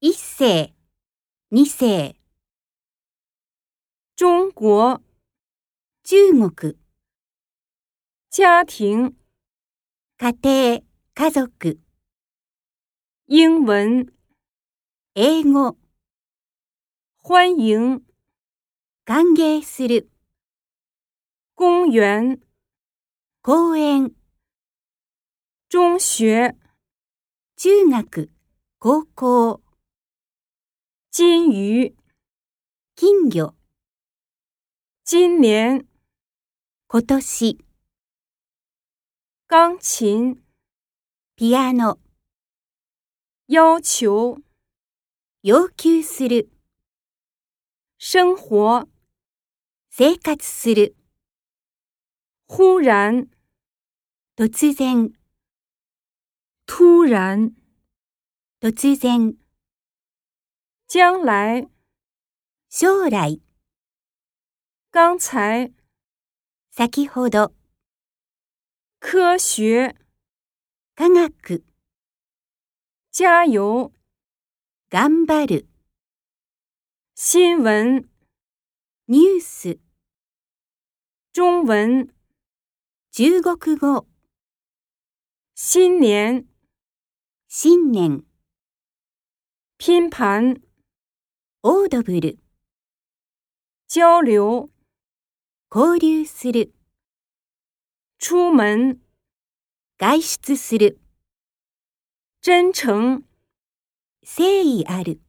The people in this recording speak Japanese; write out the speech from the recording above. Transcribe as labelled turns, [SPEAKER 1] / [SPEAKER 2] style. [SPEAKER 1] 一世、二世。
[SPEAKER 2] 中国
[SPEAKER 1] 中国、
[SPEAKER 2] 家庭
[SPEAKER 1] 家庭、家族、
[SPEAKER 2] 英文
[SPEAKER 1] 英語、
[SPEAKER 2] 欢迎
[SPEAKER 1] 歓迎する、
[SPEAKER 2] 公园
[SPEAKER 1] 公園、
[SPEAKER 2] 中学
[SPEAKER 1] 中学、高校、
[SPEAKER 2] 金鱼
[SPEAKER 1] 金魚、
[SPEAKER 2] 今年
[SPEAKER 1] 今年、
[SPEAKER 2] 钢琴
[SPEAKER 1] ピアノ、
[SPEAKER 2] 要求
[SPEAKER 1] 要求する、
[SPEAKER 2] 生活
[SPEAKER 1] 生活する、
[SPEAKER 2] 忽然
[SPEAKER 1] 突然、
[SPEAKER 2] 突然
[SPEAKER 1] 突然、
[SPEAKER 2] 将来
[SPEAKER 1] 将来、
[SPEAKER 2] 刚才
[SPEAKER 1] 先ほど、
[SPEAKER 2] 科学
[SPEAKER 1] 科学、
[SPEAKER 2] 加油
[SPEAKER 1] 頑張る、
[SPEAKER 2] 新闻
[SPEAKER 1] ニュース、
[SPEAKER 2] 中文
[SPEAKER 1] 中国語、
[SPEAKER 2] 新年
[SPEAKER 1] 新年、
[SPEAKER 2] 拼盘
[SPEAKER 1] オードブル、
[SPEAKER 2] 交流
[SPEAKER 1] 交流する、
[SPEAKER 2] 出门
[SPEAKER 1] 外出する、
[SPEAKER 2] 真诚。
[SPEAKER 1] 誠意ある。